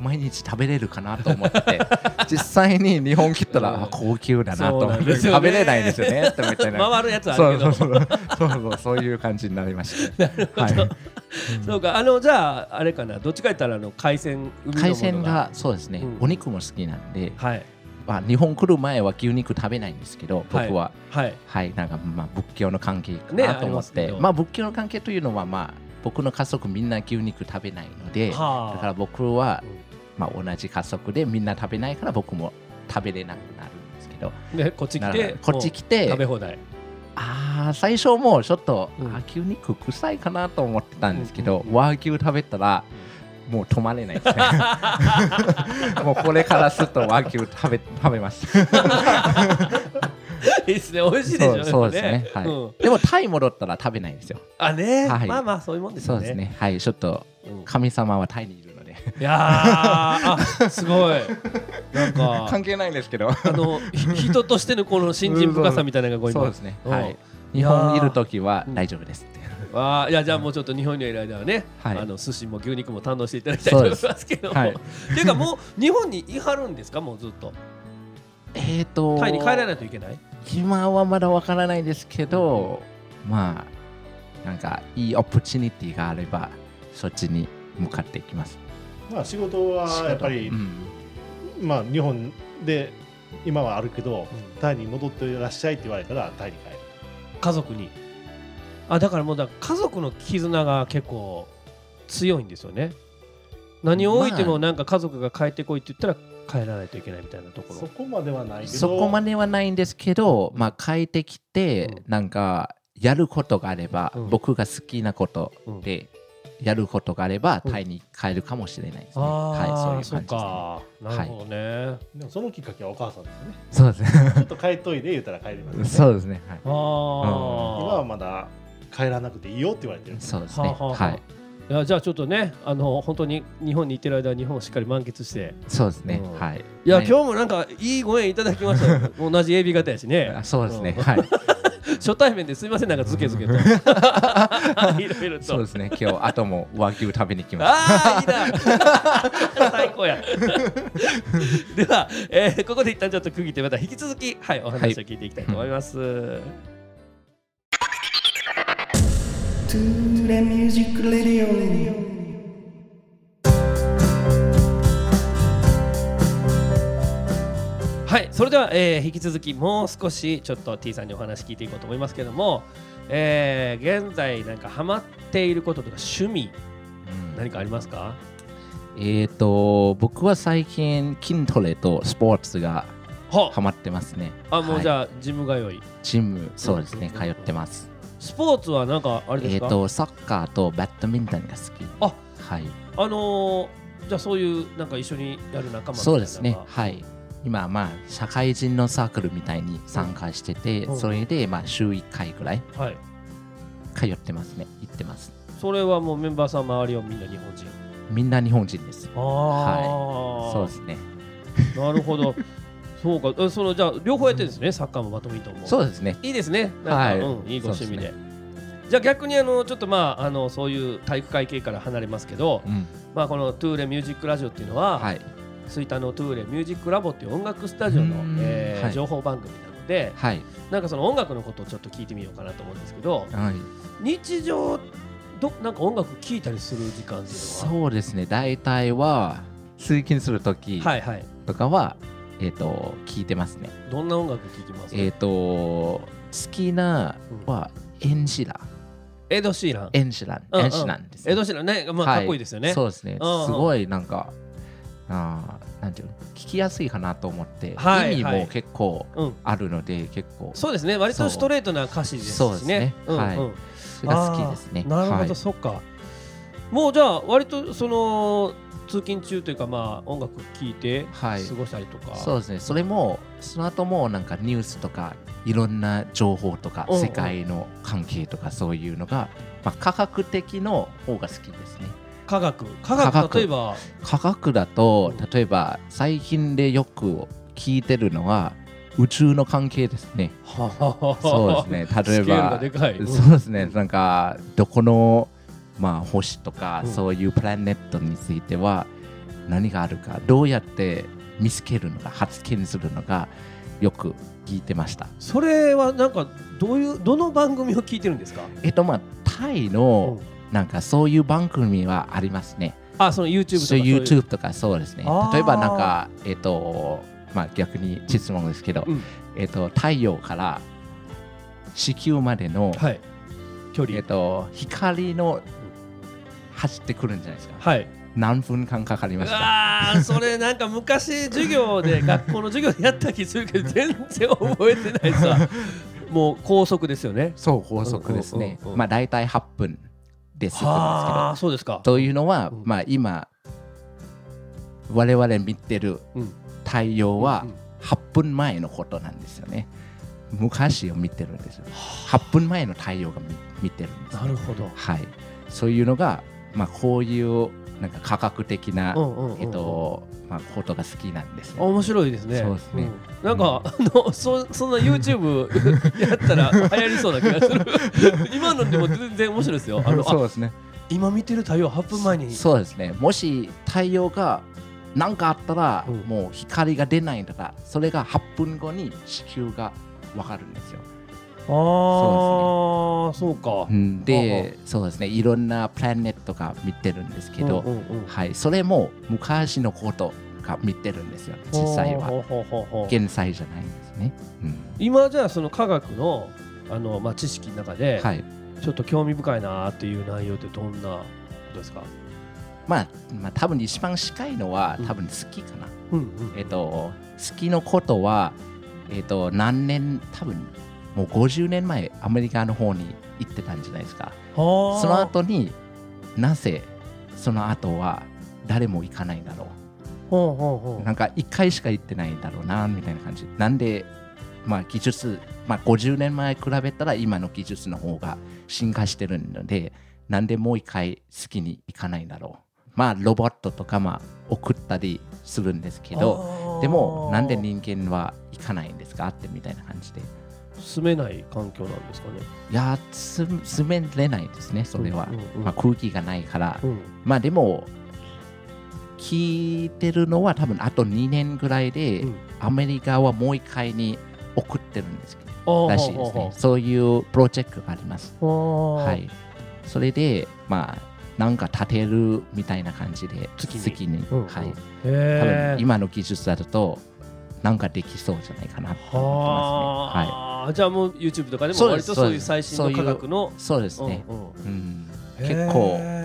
Speaker 5: 毎日食べれるかなと思って
Speaker 2: <laughs>
Speaker 5: 実際に日本来たら、
Speaker 2: うん
Speaker 5: あ高級だなと
Speaker 2: そ
Speaker 5: 思っ
Speaker 2: うなんで
Speaker 5: て
Speaker 2: すよね
Speaker 5: 食べれないんですよねって思ってね
Speaker 2: 回るやつあ
Speaker 5: そ
Speaker 2: るけ
Speaker 5: う
Speaker 2: ど
Speaker 5: そうそうそうそうそういう感じになり
Speaker 2: <laughs>
Speaker 5: ました、ね、はい
Speaker 2: そうかあのじゃああれかなどっちか言ったらあの海鮮海のもの
Speaker 5: 海鮮がそうですね、
Speaker 2: うん
Speaker 5: お肉も好きなんで、
Speaker 2: はい
Speaker 5: まあ、日本来る前は牛肉食べないんですけど
Speaker 2: はい
Speaker 5: 僕は
Speaker 2: はい
Speaker 5: はい、なんかまあ仏教の関係か
Speaker 2: ね
Speaker 5: なと思っ
Speaker 2: ありますけ
Speaker 5: て
Speaker 2: ど
Speaker 5: まあ仏教の関係というのはまあ僕の家族みんな牛肉食べないのでだ
Speaker 2: はあ
Speaker 5: から僕はまあ同じ家族でみんな食べないから僕も食べれなくなるんですけど
Speaker 2: でこっち来
Speaker 5: な
Speaker 2: て
Speaker 5: るこっち来て
Speaker 2: もう食べ放題
Speaker 5: ああ最初もうちょっと、
Speaker 2: うん
Speaker 5: あー牛肉臭いかなと思ってたんですけど、和牛食べたらもう止まれないですね
Speaker 2: <laughs>
Speaker 5: もうこれからすると和牛食べ食べます
Speaker 2: <laughs> いいですね美味しいでしょ
Speaker 5: そうそうですね、
Speaker 2: やっ
Speaker 5: は
Speaker 2: ぱ
Speaker 5: い
Speaker 2: うん
Speaker 5: でもタイ戻ったら食べないんですよ
Speaker 2: あね、
Speaker 5: はい
Speaker 2: まあまあそういうもんです
Speaker 5: そ
Speaker 2: よ
Speaker 5: う
Speaker 2: ね
Speaker 5: ですねはいちょっと
Speaker 2: うん
Speaker 5: 神様はタイにいる
Speaker 2: <laughs>
Speaker 5: ので
Speaker 2: いやーあすごいなんか
Speaker 5: <laughs> 関係ないんですけど
Speaker 2: あのひ人としてのこの信心深さみたいなのがこう
Speaker 5: そう
Speaker 2: 今
Speaker 5: ですね
Speaker 2: うん
Speaker 5: はい
Speaker 2: い
Speaker 5: 日
Speaker 2: やー
Speaker 5: 本いる時は大丈夫ですって
Speaker 2: あーいやじゃあもうちょっと日本にいる間はね、
Speaker 5: はい
Speaker 2: あの寿司も牛肉も堪能していただきたいと思いますけども、
Speaker 5: はい
Speaker 2: っていうかもう日本にいはるんですかもうずっと
Speaker 5: えっと
Speaker 2: タイに帰らないといけない
Speaker 5: 今はまだわからないですけどまあなんかいいオプチュニティがあればそっちに向かっていきます
Speaker 6: まあ仕事はやっぱり、
Speaker 5: うん
Speaker 6: まあ日本で今はあるけど、タイに戻っていらっしゃいって言われたらタイに帰る
Speaker 2: 家族にあだからもうだ家族の絆が結構強いんですよね何を置いて
Speaker 5: ま
Speaker 2: も
Speaker 5: あ
Speaker 2: なんか家族が帰ってこいって言ったら帰らないといけないみたいなとこ
Speaker 6: そ
Speaker 2: ろ
Speaker 6: こまではないけど
Speaker 5: そこまではないんですけどまあ変えてきてなんかやることがあれば
Speaker 2: うん
Speaker 5: 僕が好きなことでやることがあれば
Speaker 2: うん
Speaker 5: タイに帰るかもしれないです
Speaker 2: あ
Speaker 5: ね
Speaker 2: あ、
Speaker 5: はいそ
Speaker 2: そう
Speaker 5: いうう感
Speaker 2: かなるほどね、
Speaker 6: でもそのきっかけはお母さんですよね
Speaker 5: じですねそうですね <laughs>
Speaker 6: ちょっと帰っといで言うたら帰りますよね
Speaker 5: そうですねは
Speaker 2: あ
Speaker 5: い
Speaker 2: あ、
Speaker 6: 今はまだ帰らなくていいよって言われてるんです
Speaker 5: そうですね
Speaker 2: はあはあはあ
Speaker 5: はい
Speaker 2: いやじゃあちょっとねあの本当に日本に行ってる間は日本をしっかり満喫して
Speaker 5: そうですね
Speaker 2: うん
Speaker 5: はい
Speaker 2: いや、
Speaker 5: ね
Speaker 2: 今日もなんかいいご縁いただきました
Speaker 5: <laughs>
Speaker 2: よ同じ AB 型やしね
Speaker 5: あそうですねはい
Speaker 2: <laughs> 初対面ですいませんなんかズケズ
Speaker 5: <laughs>
Speaker 2: ケと <laughs> いろいろ
Speaker 5: そう
Speaker 2: と
Speaker 5: ですね今日後も和牛食べに来ます
Speaker 2: ああいいな <laughs> 最高やでは、えーここで一旦ちょっと区切ってまた引き続き、はい、お話を聞いていきたいと思います、はい、それでは、えー引き続きもう少しちょっと T さんにお話聞いていこうと思いますけども、えー現在なんかハマっていることとか趣味
Speaker 5: うん
Speaker 2: 何かありますか
Speaker 5: えっと僕は最近筋トレとスポーツが
Speaker 2: は
Speaker 5: ハマってますね
Speaker 2: あもう
Speaker 5: はい
Speaker 2: じゃあ、ジム通い
Speaker 5: ジムそうですね
Speaker 2: うん
Speaker 5: 通ってます
Speaker 2: スポーツはなんかあれで
Speaker 5: え
Speaker 2: す
Speaker 5: っ、
Speaker 2: か、
Speaker 5: と、サッカーとバドミントンが好き。はい。
Speaker 2: あのーじゃあそういうなんか一緒にやる仲間みたいなのが
Speaker 5: そうですね。はい。今、まあ、社会人のサークルみたいに参加してて、
Speaker 2: うん
Speaker 5: それで、まあ、週1回ぐらい
Speaker 2: はい
Speaker 5: 通ってますね。行ってます。
Speaker 2: それはもうメンバーさん周りはみんな日本人
Speaker 5: みんな日本人です。
Speaker 2: ああ、
Speaker 5: そうですね。
Speaker 2: なるほどそうかえそのじゃあ両方やってるんですねサッカーもバドミントンも
Speaker 5: そうですね。
Speaker 2: いいですね。なんか、
Speaker 5: はい
Speaker 2: うん、いいご趣味で。
Speaker 5: そう
Speaker 2: じゃあ逆にあのちょっとまああのそういう体育会系から離れますけど、
Speaker 5: うん。
Speaker 2: まあこのトゥーレミュージックラジオっていうのは、
Speaker 5: はい。
Speaker 2: 吹田のトゥーレミュージックラボっていう音楽スタジオの
Speaker 5: うーん、
Speaker 2: えー
Speaker 5: はい
Speaker 2: 情報番組なので、
Speaker 5: はい。
Speaker 2: なんかその音楽のことをちょっと聞いてみようかなと思うんですけど、
Speaker 5: はい。
Speaker 2: 日常どなんか音楽聞いたりする時間っていうのは、
Speaker 5: そうですね。大体は、通勤するとき
Speaker 2: はいはい。
Speaker 5: とかは、えっ、と、聞いてますね。
Speaker 2: どんな音楽聞きます？
Speaker 5: えっ、と、好きなは、エンシラ。
Speaker 2: エドシーラン。
Speaker 5: エンシラン。
Speaker 2: うんうん
Speaker 5: エンシランですね、
Speaker 2: エドシーランね、まあ
Speaker 5: は
Speaker 2: かっこいいですよね。
Speaker 5: そうですね。す
Speaker 2: うんうん
Speaker 5: ごいなんか、あーなんていうの、聞きやすいかなと思って、
Speaker 2: はい
Speaker 5: 意
Speaker 2: は
Speaker 5: 味
Speaker 2: い
Speaker 5: も結構
Speaker 2: うん
Speaker 5: あるので、結構、
Speaker 2: そうですね。割
Speaker 5: そ
Speaker 2: と
Speaker 5: う
Speaker 2: ストレートな歌詞ですしね。
Speaker 5: そうですね
Speaker 2: ん
Speaker 5: はい
Speaker 2: うん
Speaker 5: それが好きですね。
Speaker 2: あーなるほど、
Speaker 5: はい
Speaker 2: そっか。もうじゃあ割とその通勤中というかまあ音楽聴いて過
Speaker 5: はい
Speaker 2: ごしたりとか、
Speaker 5: そうですねそれもその後もなんかニュースとかいろんな情報とか
Speaker 2: うんうん
Speaker 5: 世界の関係とかそういうのが、まあ、科学的の方が好きですね
Speaker 2: 科学科
Speaker 5: 科
Speaker 2: 学
Speaker 5: 学
Speaker 2: 例えば
Speaker 5: 科学だと
Speaker 2: うん
Speaker 5: 例えば最近でよく聞いてるのは宇宙の関係ですねそうですね例え
Speaker 2: <laughs> スケールが
Speaker 5: ば
Speaker 2: でかいうん
Speaker 5: そうですねなんかどこのまあ星とか、
Speaker 2: うん
Speaker 5: そういうプラネットについては何があるかどうやって見つけるのか発見するのかよく聞いてました
Speaker 2: それはなんかどういうどの番組を聞いてるんですか
Speaker 5: えっとまあタイのなんかそういう番組はありますね。
Speaker 2: あその YouTube とか
Speaker 5: そう
Speaker 2: そういう
Speaker 5: YouTube とかそうですね
Speaker 2: あー。
Speaker 5: 例えばなんかえっとまあ逆に質問ですけど、
Speaker 2: うん
Speaker 5: えっと太陽から地球までの、
Speaker 2: はい距離、
Speaker 5: えっと光の走ってくるんじゃないですか。
Speaker 2: はい
Speaker 5: 何分間かかりました。
Speaker 2: あーそれなんか昔授業で学校の授業でやった気するけど全然覚えてない
Speaker 5: <laughs>
Speaker 2: さもう高速ですよね
Speaker 5: そう法則ですね
Speaker 2: うんうんうんう。ん
Speaker 5: まあ大体8分ですけど。
Speaker 2: はあそうですか
Speaker 5: というのは、
Speaker 2: うん
Speaker 5: まあ今我々見てる
Speaker 2: うん
Speaker 5: 太陽は
Speaker 2: うんうん
Speaker 5: 8分前のことなんですよね。昔を見てるんですよ。8分前の太陽が見見てるんですよ。
Speaker 2: なるほど
Speaker 5: はい。そういうのが、まあ、こういうなんか科学的な、
Speaker 2: うんうんうんうん
Speaker 5: えっとまあ、ことが好きなんですね。
Speaker 2: 面白いですね。
Speaker 5: そうですね
Speaker 2: んなんか、あのそそんな YouTube やったら流行りそうな気がす
Speaker 5: <laughs>
Speaker 2: る。今のでも全然面白いですよ。あの
Speaker 5: そう
Speaker 2: あ
Speaker 5: ですね。
Speaker 2: 今見てる太陽8分前に。
Speaker 5: そうですね。もし太陽が何かあったら、
Speaker 2: うん
Speaker 5: もう光が出ないんだから、それが8分後に地球がわかるんですよ。
Speaker 2: ああ、そうか。
Speaker 5: うんで、そうですね。いろんなプラネットが見てるんですけど、
Speaker 2: うんうんうん
Speaker 5: はい、それも昔のことが見てるんですよ。実際は
Speaker 2: ほうほうほうほう
Speaker 5: 現在じゃないんですね。うん
Speaker 2: 今じゃあその科学のあのまあ知識の中で、
Speaker 5: はい。
Speaker 2: ちょっと興味深いなーっていう内容ってどんなことですか。
Speaker 5: まあ、まあ、多分一番近いのは
Speaker 2: うん
Speaker 5: 多分月かな。
Speaker 2: うんうん
Speaker 5: えっと、月のことは、えっと、何年、多分もう50年前、アメリカの方に行ってたんじゃないですか。そ
Speaker 2: そ
Speaker 5: の後になぜ、その後は誰も行かないんだろ
Speaker 2: ほうほ
Speaker 5: う。
Speaker 2: うほ
Speaker 5: なんか1回しか行ってないんだろうな、みたいな感じ。なんで、まあ、技術、まあ、50年前比べたら今の技術の方が進化してるので、なんでもう1回月に行かないんだろう。まあ、ロボットとか、まあ、送ったりするんですけ
Speaker 2: うあ
Speaker 5: ど、
Speaker 2: ー
Speaker 5: でもなんで人間は行かないんですかってみたいな感じで。い
Speaker 2: 住めない環境なんですかね。
Speaker 5: やーつ住めれないですね、それは。
Speaker 2: うんうんうん
Speaker 5: まあ、空気がないから。
Speaker 2: うん
Speaker 5: まあでも、聞いてるのは多分あと2年ぐらいで、
Speaker 2: うん
Speaker 5: アメリカはもう1回に送ってるんですけど、ら
Speaker 2: ら
Speaker 5: しいですね。そういうプロジェクトがあります。は。
Speaker 2: はい
Speaker 5: それで、まあ、なんか建てるみたいな感じで、
Speaker 2: 月に
Speaker 5: 月に。
Speaker 2: うんうん
Speaker 5: はい。多
Speaker 2: へ
Speaker 5: 分
Speaker 2: え。
Speaker 5: 今の技術だとなんかできそうじゃないかなと思ってますね。は
Speaker 2: はあ。じゃあもう YouTube とかでも
Speaker 5: そうで
Speaker 2: 割
Speaker 5: す
Speaker 2: とそう
Speaker 5: そう
Speaker 2: い
Speaker 5: で
Speaker 2: う
Speaker 5: す
Speaker 2: 最新の科学の
Speaker 5: い、そうですね。
Speaker 2: うんうん
Speaker 5: うん、
Speaker 2: へー
Speaker 5: 結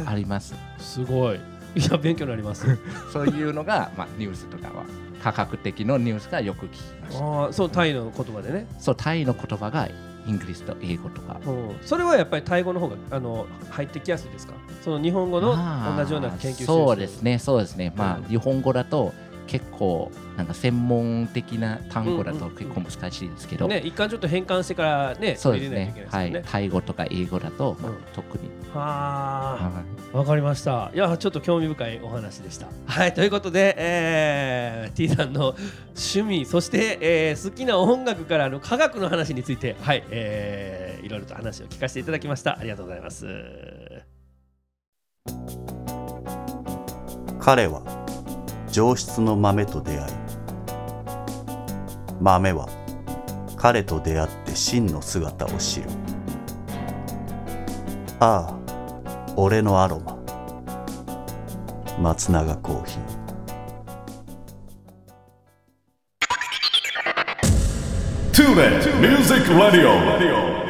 Speaker 5: 構あります。
Speaker 2: すごい。いや勉強になり
Speaker 5: <laughs>
Speaker 2: ます。
Speaker 5: そういうのが、まあ、ニュースとかは科学的のニュースがよく聞きました。
Speaker 2: ああ、そうタイの言葉でね。
Speaker 5: そうタイの言葉がイングリスと英語とか。
Speaker 2: うん。それはやっぱりタイ語の方があの入ってきやすいですか。その日本語
Speaker 5: ま
Speaker 2: の
Speaker 5: あ
Speaker 2: 同じような研究
Speaker 5: そうです
Speaker 2: ね。
Speaker 5: ね、そうですね。まあ、
Speaker 2: うん
Speaker 5: 日本語だと結構なんか専門的な単語だと結構難しいですけど。
Speaker 2: ね、一回ちょっと変換してからね、
Speaker 5: そう
Speaker 2: 入
Speaker 5: で
Speaker 2: れない
Speaker 5: す
Speaker 2: とい
Speaker 5: ね
Speaker 2: けな
Speaker 5: はいい
Speaker 2: ですよね。
Speaker 5: タイ語とか英語だと、まあ
Speaker 2: うん
Speaker 5: 特に、
Speaker 2: はあ。
Speaker 5: はい
Speaker 2: わかりました。いや、ちょっと興味深いお話でした。はい、ということで、えー、T さんの趣味、そして、えー好きな音楽からの科学の話について、はい、えーいろいろと話を聞かせていただきました。ありがとうございます。
Speaker 3: 彼は上質の豆と出会い豆は彼と出会って真の姿を知るああ俺のアロマ松永コーヒー
Speaker 1: トゥーレットミュージックラディオ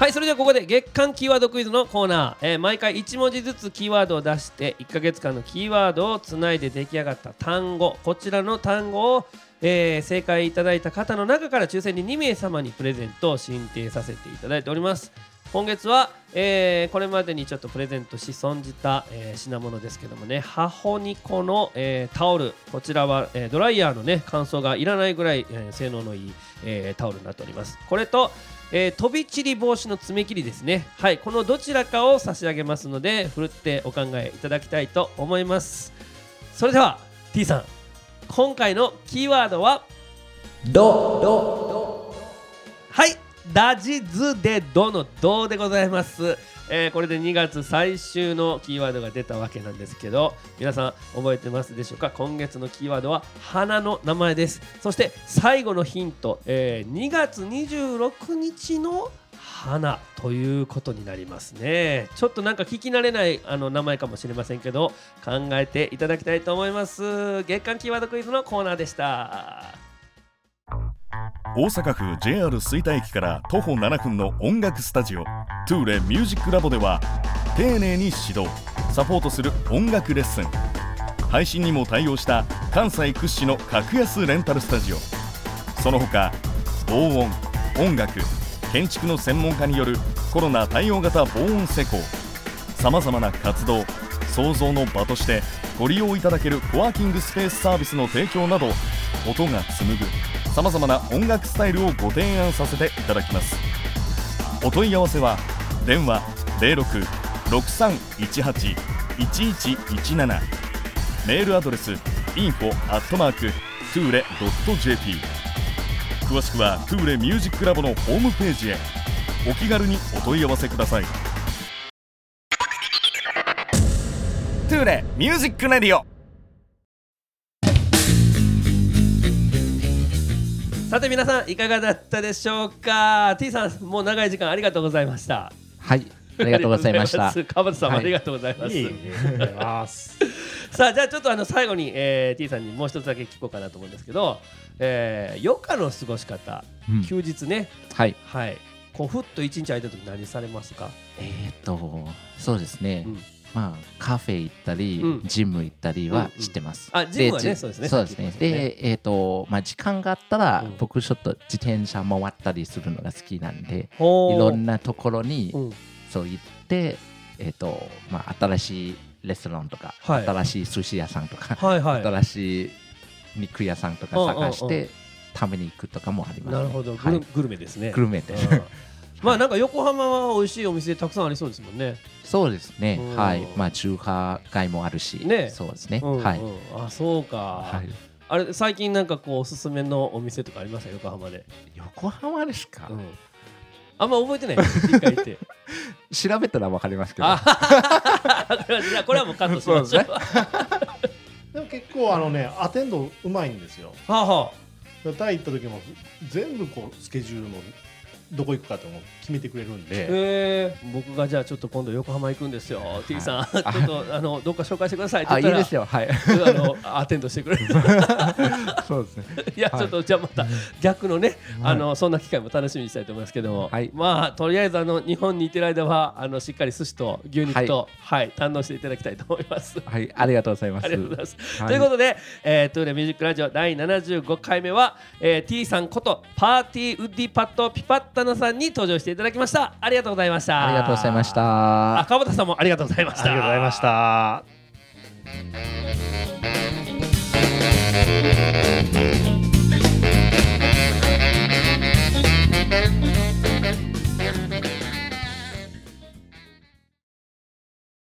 Speaker 2: はい、それではここで月間キーワードクイズのコーナー、えー毎回1文字ずつキーワードを出して、1ヶ月間のキーワードをつないで出来上がった単語、こちらの単語を、えー正解いただいた方の中から抽選に2名様にプレゼントを進呈させていただいております。今月は、えーこれまでにちょっとプレゼントし損じた、えー品物ですけどもね母ニコの、えータオルこちらは、えードライヤーのね乾燥がいらないぐらい、えー性能のいい、えータオルになっておりますこれと、えー飛び散り防止の爪切りですねはいこのどちらかを差し上げますのでふるってお考えいただきたいと思いますそれでは T さん今回のキーワードは
Speaker 5: どど
Speaker 2: はい、ダジズでどのどうでございます。えーこれで2月最終のキーワードが出たわけなんですけど皆さん覚えてますでしょうか今月のキーワードは花の名前ですそして最後のヒント、えー2月26日の花ということになりますねちょっとなんか聞き慣れないあの名前かもしれませんけど考えていただきたいと思います月間キーワードクイズのコーナーでした
Speaker 1: 大阪府 JR 吹田駅から徒歩7分の音楽スタジオトゥーレミュージックラボでは丁寧に指導サポートする音楽レッスン配信にも対応した関西屈指の格安レンタルスタジオその他防音音楽建築の専門家によるコロナ対応型防音施工さまざまな活動創造の場としてご利用いただけるコワーキングスペースサービスの提供など音が紡ぐさまざまな音楽スタイルをご提案させていただきますお問い合わせは電話0663181117メールアドレス info at mark tule.jp 詳しくは Tule ミュージックラボのホームページへお気軽にお問い合わせください
Speaker 4: トゥーレミュージックレディオ
Speaker 2: さて皆さんいかがだったでしょうか T さんもう長い時間ありがとうございました
Speaker 5: はいありがとうございまし
Speaker 2: あ
Speaker 5: た
Speaker 2: りがとうございます川端さんも
Speaker 5: はい
Speaker 2: ありがとうございます、
Speaker 6: いいます。
Speaker 2: さあじゃあちょっとあの最後に、えー、T さんにもう一つだけ聞こうかなと思うんですけど、えー、余暇の過ごし方、
Speaker 5: うん
Speaker 2: 休日ね
Speaker 5: はい
Speaker 2: はいこうふっと一日空いた時何されますか、
Speaker 5: えーっとそうですね、
Speaker 2: うん
Speaker 5: まあカフェ行ったり、
Speaker 2: うん
Speaker 5: ジム行ったりはしてます、
Speaker 2: うんうんあジムはね
Speaker 5: じ
Speaker 2: そうですね
Speaker 5: そうですね
Speaker 2: さっき言ってまし
Speaker 5: でえーっとまあ時間があったら、
Speaker 2: うん
Speaker 5: 僕ちょっと自転車回ったりするのが好きなんで
Speaker 2: ほ
Speaker 5: いろん
Speaker 2: な、
Speaker 5: なところに
Speaker 2: うん、
Speaker 5: そう行って、えーっとまあ、新しいレストランとか、
Speaker 2: はい
Speaker 5: 新しい寿司屋さんとか、
Speaker 2: はいはい
Speaker 5: 新しい肉屋さんとか探して、
Speaker 2: うんうんうん
Speaker 5: 食べに行くとかもあります、ね、
Speaker 2: なるほど、グ
Speaker 5: は
Speaker 2: ル
Speaker 5: い、
Speaker 2: グルメですね
Speaker 5: グルメで
Speaker 2: うんまあなんか横浜は美味しいお店たくさんありそうですもんね
Speaker 5: そうですね
Speaker 2: うん
Speaker 5: はいまあ中華街もあるし、
Speaker 2: ね
Speaker 5: そうですね、
Speaker 2: うんうん、
Speaker 5: はい、
Speaker 2: あそうか、
Speaker 5: はい、
Speaker 2: あれ最近なんかこうおすすめのお店とかありました横浜で、
Speaker 5: 横浜ですか、
Speaker 2: うん、あんま覚えてない一
Speaker 5: <laughs>
Speaker 2: 回行って
Speaker 5: 調べたらわかりますけど
Speaker 2: あじゃあこれはもうカットしましょう。
Speaker 6: でも結構あのね、アテンドうまいんですよ。
Speaker 2: <laughs> はあは
Speaker 6: タイ行った時も全部こうスケジュールのどこ行くかっていうのを決めてくれるん
Speaker 2: あ、
Speaker 6: で、
Speaker 2: えー、僕がじゃあちょっと今度横浜行くんですよ、T さん、ちょっとあのどっか紹介してくださいって
Speaker 5: あ
Speaker 2: 言
Speaker 5: い
Speaker 2: ったら、
Speaker 5: いですよ
Speaker 2: <laughs>
Speaker 5: はい
Speaker 2: あのアテンドしてくれる、
Speaker 5: <laughs> そうですね
Speaker 2: いや、
Speaker 5: はい
Speaker 2: ちょっとじゃあまた逆のね、あのそんな機会も楽しみにしたいと思いますけども、
Speaker 5: はい
Speaker 2: まあとりあえずあの日本にいてる間はあのしっかり寿司と牛肉と、はい堪能していただきたいと思います。
Speaker 5: はいありがとうございます
Speaker 2: ありがとうございます。
Speaker 5: はい
Speaker 2: ということで、えー、トゥーレミュージックラジオ第75回目は、えー、T さんことパーティーウッディパッドピパッタナさんに登場していただきました。ありがとうございました。
Speaker 5: ありがとうございまし。た
Speaker 2: あ、川端さんもありがとうございまし
Speaker 6: あ
Speaker 2: た。
Speaker 6: りがとうございまし
Speaker 7: 「
Speaker 6: た。